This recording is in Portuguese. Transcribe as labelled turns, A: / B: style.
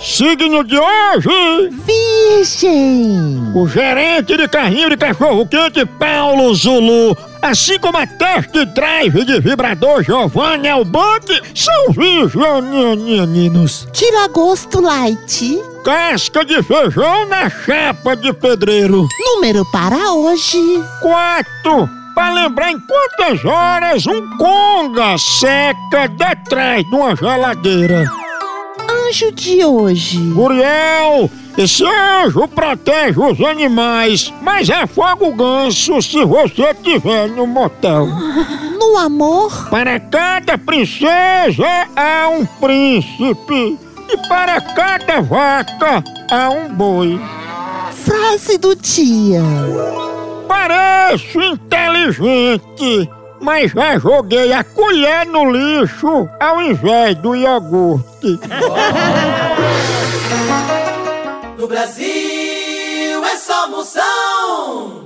A: signo de hoje,
B: Virgem!
A: o gerente de carrinho de cachorro quente Paulo Zulu, assim como a test drive de vibrador Giovanni Albanque, são virginianinos.
B: Tira gosto light.
A: Casca de feijão na chapa de pedreiro.
B: Número para hoje.
A: Quatro, pra lembrar em quantas horas um conga seca detrás de uma geladeira.
B: Anjo de hoje.
A: Guriel, esse é anjo protege os animais, mas afoga o ganso se você estiver no motel.
B: No amor.
A: Para cada princesa há um príncipe, e para cada vaca há um boi.
B: Frase do dia.
A: Pareço inteligente, mas já joguei a colher no lixo ao invés do iogurte.
C: No Brasil é só moção.